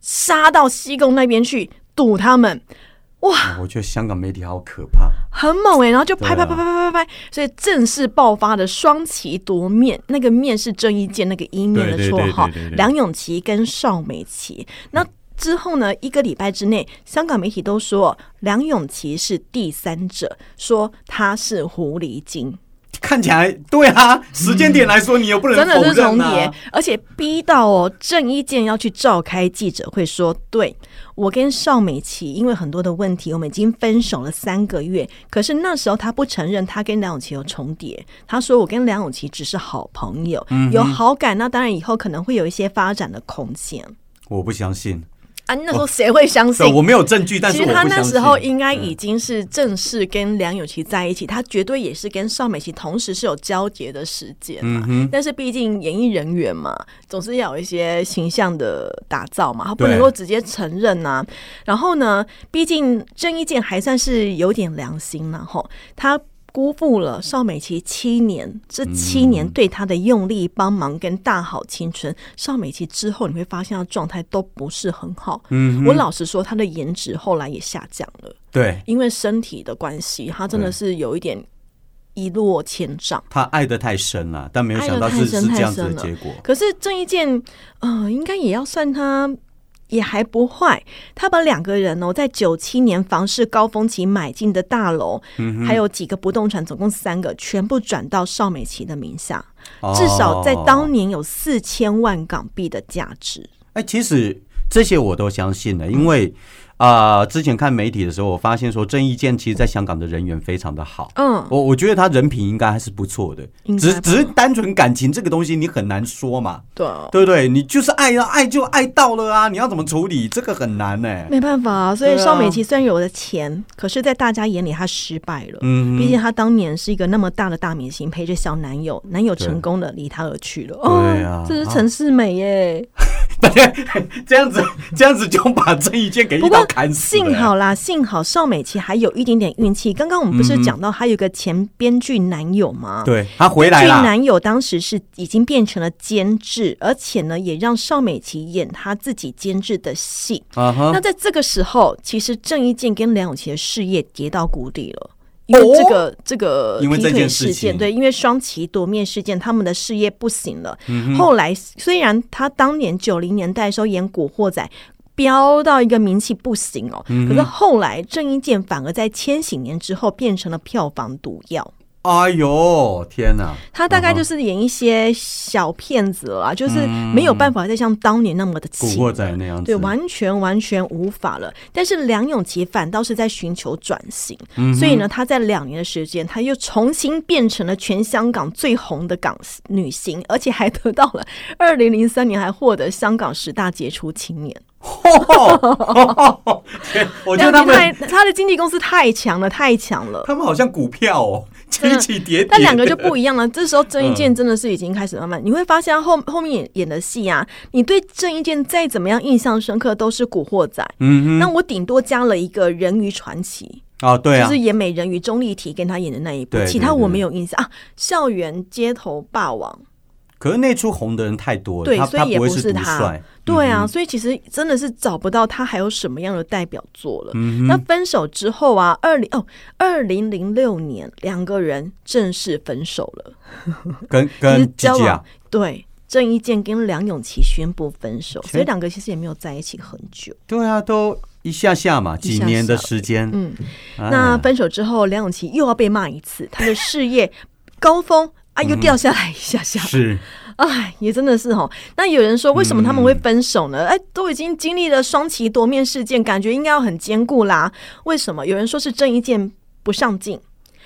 B: 杀到西贡那边去堵他们。
A: 啊我觉得香港媒体好可怕。
B: 很猛哎、然后就拍
A: 对
B: 拍
A: 啊
B: 拍拍拍拍拍，所以正式爆发的双旗夺面，那个面是郑伊健那个一面的
A: 对对
B: 绰号
A: 对对对，对
B: 梁咏琪跟邵美琪。那之后呢，一个礼拜之内，香港媒体都说梁咏琪是第三者，说她是狐狸精，
A: 看起来对啊，时间点来说，你又不能
B: 真的是
A: 否认
B: 重
A: 啊
B: 叠，而且逼到哦，郑伊健要去召开记者会说，对我跟邵美琪因为很多的问题，我们已经分手了三个月。可是那时候他不承认他跟梁咏琪有重叠，他说我跟梁咏琪只是好朋友，
A: 嗯
B: 有好感，那当然以后可能会有一些发展的空间
A: 我不相信，
B: 啊。那时候谁会相信
A: 哦对，？我没有证据，但是
B: 其
A: 我
B: 实
A: 不
B: 他
A: 相信。
B: 那时候应该已经是正式跟梁咏琪在一起，他绝对也是跟邵美琪同时是有交接的时间嘛。但是毕竟演艺人员嘛，总是要有一些形象的打造嘛，他不
A: 对
B: 能够直接承认呐、然后呢，毕竟郑伊健还算是有点良心然后他。辜负了邵美琪七年，这七年对他的用力帮忙跟大好青春，邵美琪之后你会发现她状态都不是很好。嗯，我老实说，她的颜值后来也下降了，
A: 对
B: 因为身体的关系，她真的是有一点一落千丈。
A: 他爱的太深了，但没有
B: 爱
A: 想
B: 得
A: 到
B: 太
A: 是
B: 深
A: 是
B: 太
A: 这样子的
B: 深了
A: 结果。
B: 可是郑伊健，呃，应该也要算他也还不坏。他把两个人哦，在九七年房市高峰期买进的大楼，还有几个不动产，总共三个，全部转到邵美琪的名下，至少在
A: 哦
B: 当年有四千万港币的价值。
A: 哎、其实这些我都相信了，因为啊、呃之前看媒体的时候，我发现说郑伊健其实在香港的人缘非常的好。
B: 嗯，
A: 我我觉得他人品应该还是不错的
B: 应，该
A: 只
B: 吧
A: 只是单纯感情这个东西你很难说嘛，
B: 对哦。
A: 对不对？你就是爱啊，爱就爱到了啊，你要怎么处理这个很难欸呢、
B: 没办法、啊，所以
A: 对啊
B: 邵美琪虽然有了钱，可是，在大家眼里她失败了。
A: 嗯
B: 毕竟她当年是一个那么大的大明星，陪着小男友，男友成功了，离她而去了。
A: 对啊
B: 哦，这是陈世美耶。
A: 这样子 [laughs] 这样子就把郑伊健给一
B: 不
A: 刀
B: 过
A: 砍死了、
B: 幸好啦，幸好邵美琪还有一点点运气。刚刚我们不是讲到她有个前编剧男友吗？
A: 对他回来
B: 剧
A: 啦，
B: 男友当时是已经变成了监制，而且呢，也让邵美琪演她自己监制的戏。
A: 啊哈
B: 那，在这个时候，其实郑伊健跟梁咏琪的事业跌到谷底了。因为这个、这个
A: 哦因为这
B: 劈腿
A: 件事
B: 事
A: 情
B: 件，对，因为双旗夺面事件，他们的事业不行了。
A: 嗯
B: 后来虽然他当年九零年代的时候演《古惑仔》，飙到一个名气不行哦，
A: 嗯
B: 可是后来郑伊健反而在千禧年之后变成了票房毒药。
A: 哎呦天哪，
B: 他大概就是演一些小骗子了啦，就是没有办法再像当年那么的
A: 嗯古
B: 起
A: 惑仔那样子，
B: 对，完全完全无法了。但是梁咏琪反倒是在寻求转型，嗯所以呢，她在两年的时间，她又重新变成了全香港最红的港女星，而且还得到了二零零三年还获得香港十大杰出青年。
A: 天 [laughs] 我觉得他
B: 太
A: 们
B: 她的经纪公司太强了，太强了。
A: 他们好像股票
B: [laughs]
A: 哦，
B: 真
A: 起
B: 的
A: 起跌跌，
B: 但两个就不一样了。这时候郑伊健
A: 嗯
B: 真的是已经开始慢慢，你会发现他后后面演演的戏啊，你对郑伊健再怎么样印象深刻，都是《古惑仔》。
A: 嗯
B: 那我顶多加了一个《人鱼传奇》。
A: 哦，对啊
B: 就，是演美人鱼钟丽缇跟她演的那一部，
A: 对
B: 其他我没有印象啊。校园街头霸王，
A: 可是那出红的人太多了，
B: 对
A: 哦他
B: 所以
A: 他嗯
B: 也
A: 不会
B: 不是
A: 独
B: 他
A: 帅，
B: 对啊，所以其实真的是找不到她还有什么样的代表作了。
A: 嗯
B: 那分手之后啊，二零哦，二零零六年两个人正式分手了，
A: 跟
B: 其实
A: 跟吉
B: 交
A: 吉
B: 往
A: 啊，
B: 对。郑伊健跟梁咏琪宣布分手，所以两个其实也没有在一起很久。
A: 对啊，都一下下嘛，
B: 一
A: 几
B: 下
A: 年的
B: 下
A: 时间，
B: 嗯，
A: 哎
B: 那分手之后，梁咏琪又要被骂一次，她的事业高峰啊又掉下来一下下。
A: 是
B: 哎，也真的是哦。那有人说，为什么他们会分手
A: 嗯
B: 呢？哎、都已经经历了双旗夺面事件，感觉应该要很坚固啦。为什么？有人说是郑伊健不上进，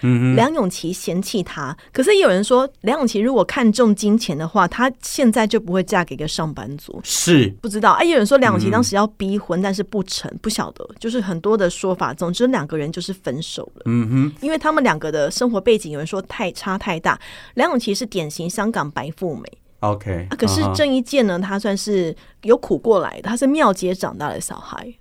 A: 嗯哼，
B: 梁咏琪嫌弃他，可是也有人说，梁咏琪如果看重金钱的话，她现在就不会嫁给一个上班族。
A: 是，
B: 不知道，哎、也有人说梁
A: 嗯
B: 咏琪当时要逼婚，但是不成，不晓得，就是很多的说法。总之，两个人就是分手了，
A: 嗯哼，
B: 因为他们两个的生活背景，有人说太差太大。梁咏琪是典型香港白富美，
A: OK，
B: 啊，可是
A: 啊哈
B: 郑伊健呢，他算是有苦过来的，他是庙街长大的小孩，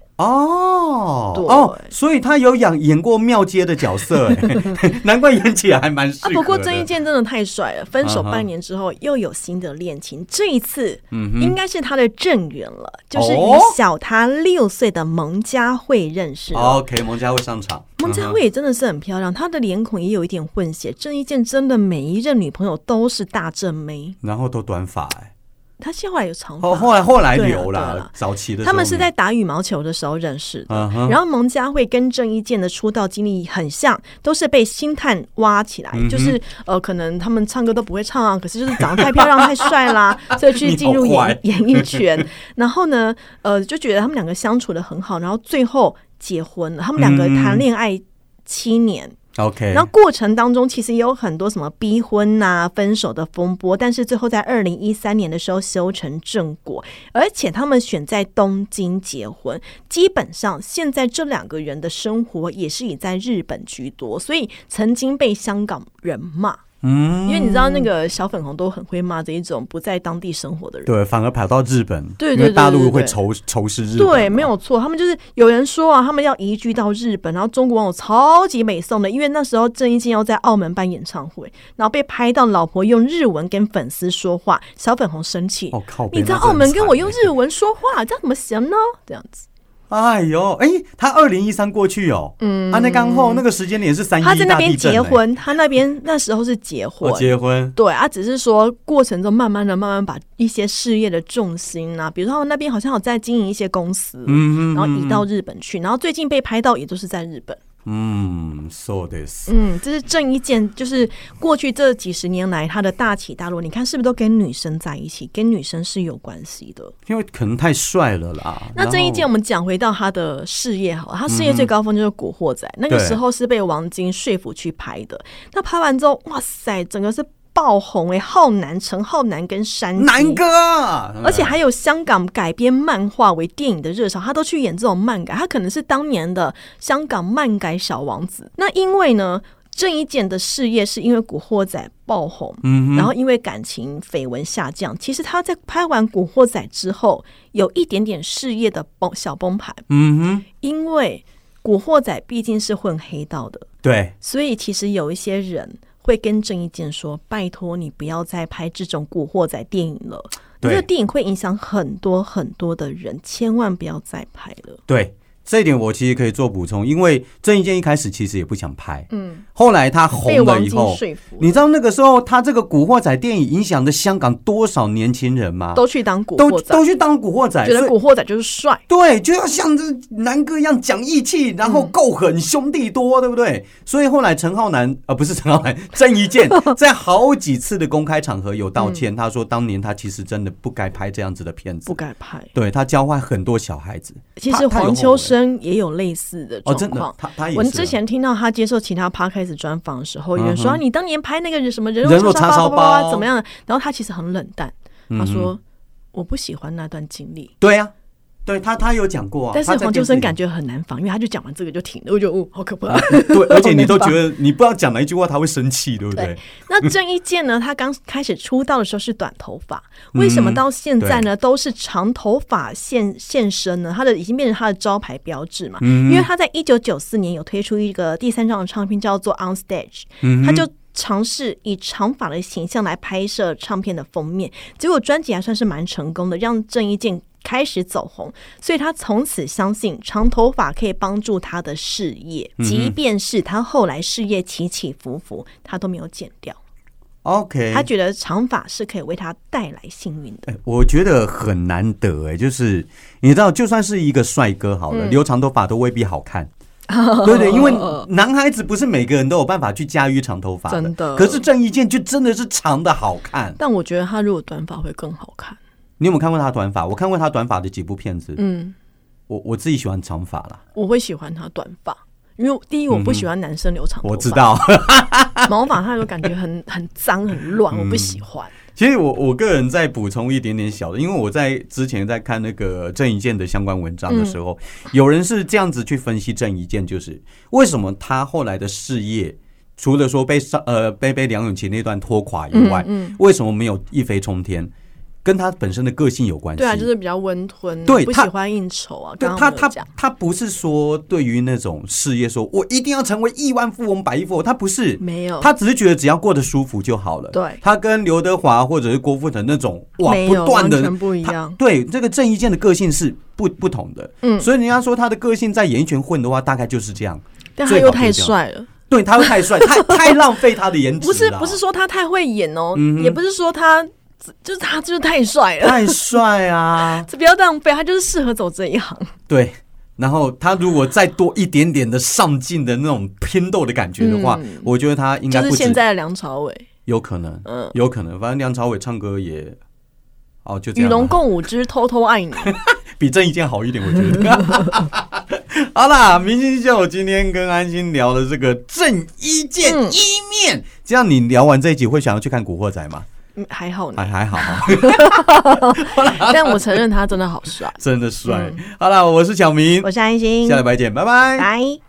A: 哦
B: 对
A: 哦，所以他有演演过庙街的角色，
B: [laughs]
A: 哎难怪演起来还蛮适
B: 啊，
A: 合的。
B: 不过郑伊健真的太帅了，分手
A: 啊哈
B: 半年之后又有新的恋情，这一次
A: 嗯
B: 应该是他的正缘了，就是
A: 哦
B: 与小他六岁的蒙嘉慧认识了。
A: OK，蒙嘉慧上场，嗯
B: 蒙嘉慧也真的是很漂亮，她的脸孔也有一点混血。郑伊健真的每一任女朋友都是大正妹，
A: 嗯哼然后都短发，哎，
B: 她现在后来有长发。
A: 哦后后来后来留
B: 啊对啊对
A: 啦
B: 啊，
A: 早期的时候
B: 他们是在打羽毛球的时候认识的。
A: 嗯哼
B: 然后蒙嘉慧跟郑伊健的出道经历很像，都是被星探挖起
A: 嗯
B: 来，就是呃，可能他们唱歌都不会唱啊，可是就是长得太漂亮、太
A: [laughs]
B: 帅啦，所以去进入
A: 你好坏
B: 演演艺圈。 [laughs] 然后呢，呃，就觉得他们两个相处的很好，然后最后结婚了，他们两
A: 嗯
B: 个谈恋爱七年。
A: OK，
B: 然后过程当中其实也有很多什么逼婚呐、分手的风波，但是最后在二零一三年的时候修成正果，而且他们选在东京结婚。基本上现在这两个人的生活也是以在日本居多，所以曾经被香港人骂，
A: 嗯，
B: 因为你知道那个小粉红都很会骂这一种不在当地生活的人。
A: 对，反而跑到日本，
B: 对对
A: 因为
B: 对
A: 大
B: 对
A: 陆
B: 对
A: 会
B: 对
A: 仇仇视日本嘛，
B: 对，没有错，他们就是有人说啊，他们要移居到日本，然后中国网友超级美送的，因为那时候郑伊健要在澳门办演唱会，然后被拍到老婆用日文跟粉丝说话，小粉红生气，
A: 哦靠北，
B: 你在
A: 那真
B: 澳门跟我
A: 惨
B: 用
A: 哎
B: 日文说话，这样怎么行呢？这样子，
A: 哎呦，哎，他二零一三过去哦，嗯，啊，那刚后那个时间点是三一
B: 他在那
A: 大
B: 边
A: 地震
B: 结
A: 哎，
B: 婚，他那边那时候是结婚
A: 我。结婚，
B: 对啊，只是说过程中慢慢的、慢慢把一些事业的重心啊，比如说他们那边好像有在经营一些公司，
A: 嗯
B: 然后移到日本去，然后最近被拍到也都是在日本。
A: 嗯，so this，
B: 嗯，这是郑伊健，就是过去这几十年来他的大起大落，你看是不是都跟女生在一起，跟女生是有关系的？
A: 因为可能太帅了啦。
B: 那
A: 然
B: 郑伊
A: 后
B: 健，我们讲回到他的事业好了，他事业最高峰就是《古惑仔》那个时候是被王晶说服去拍的。那拍完之后，哇塞，整个是爆红哎、浩南、陈浩南跟山鸡
A: 南哥啊，
B: 而且还有香港改编漫画为电影的热潮，他都去演这种漫改，他可能是当年的香港漫改小王子。那因为呢，郑伊健的事业是因为《古惑仔》爆红，
A: 嗯
B: 然后因为感情绯闻下降，其实他在拍完《古惑仔》之后，有一点点事业的崩小崩盘，
A: 嗯哼，
B: 因为《古惑仔》毕竟是混黑道的，
A: 对，
B: 所以其实有一些人会跟郑伊健说：“拜托你不要再拍这种古惑仔电影了，这
A: 对
B: 个电影会影响很多很多的人，千万不要再拍了。
A: 对。这一点我其实可以做补充，因为郑伊健一开始其实也不想拍，嗯，后来他”红
B: 被
A: 了
B: 王
A: 以
B: 晶
A: 后，
B: 说服，
A: 你知道那个时候他这个《古惑仔》电影影响的香港多少年轻人吗？
B: 都去当古
A: 都
B: 惑仔，
A: 都去当古惑仔，
B: 觉
A: 所
B: 得
A: 以
B: 古惑仔就是帅。
A: 对，就要像这南哥一样讲义气，然
B: 嗯
A: 后够狠，兄弟多，对不对？所以后来陈浩南，呃，不是陈浩南，郑伊
B: [laughs]
A: 健在好几次的公开场合有道
B: 嗯
A: 歉，他说当年他其实真的不该拍这样子的片子
B: 不，该拍。
A: 对他教坏很多小孩子。
B: 其
A: 他
B: 实
A: 他有
B: 黄
A: 后
B: 秋
A: 悔
B: 生也有类似的
A: 哦，
B: 状
A: 真
B: 况
A: 的，。他他也
B: 我
A: 是啊
B: 之前听到他接受其他 podcast 专访的时候，有人说、啊你当年拍那个什么人
A: 人
B: 肉
A: 肉
B: 叉
A: 叉烧
B: 包啊
A: 包
B: 怎么样？然后他其实很冷淡，他说我不喜欢那段经历，
A: 对呀、啊，对他他有讲过啊，
B: 但是黄秋生感
A: 觉
B: 觉很难防，因为他就讲完这个就停了， [laughs] 我就哦，好可怕。
A: 啊
B: [laughs]
A: 对，而且你都觉得你不知道讲哪一句话他会生气，对不对？
B: 那郑伊健呢？他刚开始出道的时候是短头
A: [laughs]
B: 发，为什么到现在呢都是长头发现现身呢？他的已经变成他的招牌标志嘛。因为他在一九九四年有推出一个第三张的唱片叫做《On Stage》，他就。尝试以长发的形象来拍摄唱片的封面，结果专辑还算是蛮成功的，让郑伊健开始走红，所以他从此相信长头发可以帮助他的事业，即便是他后来事业起起伏伏，他都没有剪掉。
A: OK，
B: 他觉得长发是可以为他带来幸运的。
A: 哎我觉得很难得哎、就是你知道，就算是一个帅哥好
B: 嗯
A: 了，留长头发都未必好
B: [laughs]
A: 看。对对，因为男孩子不是每个人都有办法去驾驭长头发
B: 真的
A: 可是郑伊健就真的是长的好看。
B: 但我觉得他如果短发会更好看。
A: 你有没有看过他短发？我看过他短发的几部片子。
B: 嗯，
A: 我我自己喜欢长发啦。
B: 我会喜欢他短发，因为第一我不喜欢男生留长头发，
A: 嗯我知道。
B: 毛发它就感觉很 [laughs] 很脏很乱，
A: 嗯
B: 我不喜欢。
A: 其实我我个人再补充一点点小的，因为我在之前在看那个郑伊健的相关文章的时候，
B: 嗯
A: 有人是这样子去分析郑伊健，就是为什么他后来的事业。除了说被上呃被被梁咏琪那段拖垮以外，
B: 嗯
A: 为什么没有一飞冲天？跟他本身的个性有关系。
B: 对啊，就是比较温吞，
A: 对
B: 不喜
A: 他
B: 欢应酬啊。
A: 对
B: 刚
A: 他
B: 刚我们
A: 他
B: 有讲
A: 他不是说对于那种事业说，我一定要成为亿万富翁、百亿富翁，他不是，
B: 没有，
A: 他只是觉得只要过得舒服就好了。
B: 哦对
A: 他跟刘德华或者是郭富城那种哇
B: 没
A: 不
B: 有
A: 断
B: 完
A: 的
B: 全不一
A: 他
B: 样
A: 对，这个郑伊健的个性是不不同的，
B: 嗯
A: 所以人家说他的个性在演艺圈混的话，大概就是这样。
B: 但他
A: 最
B: 又
A: 好就
B: 太
A: 这样
B: 帅了。
A: 对，他会太
B: [laughs]
A: 帅，太太浪费他的颜值
B: 不是
A: 了
B: 不是说他太会演哦，
A: 嗯
B: 也不是说他就是他就是太帅了， [laughs]
A: 太帅啊！
B: 这不要浪费，他就是适合走这一行。
A: 对，然后他如果再多一点点的上进的那种拼斗的感觉的话，
B: 嗯
A: 我觉得他应该
B: 就
A: 不
B: 是
A: 止
B: 现在的梁朝伟，
A: 有可能，
B: 嗯，
A: 有可能。反正梁朝伟唱歌也，哦，就这
B: 与
A: 样吧。
B: 龙共舞之偷偷爱你，
A: 比郑伊健好一点，我觉得。 [laughs] 好啦，明星秀今天跟安心聊的这个郑伊健
B: 嗯
A: 一面，这样你聊完这一集会想要去看《古惑仔》吗？
B: 嗯，还好呢
A: [laughs] 还。还好，
B: [laughs] 但我承认他真的好帅。
A: 真的帅。好啦，我是小明
B: 我，是安心
A: 下，礼拜见，拜拜。
B: 拜。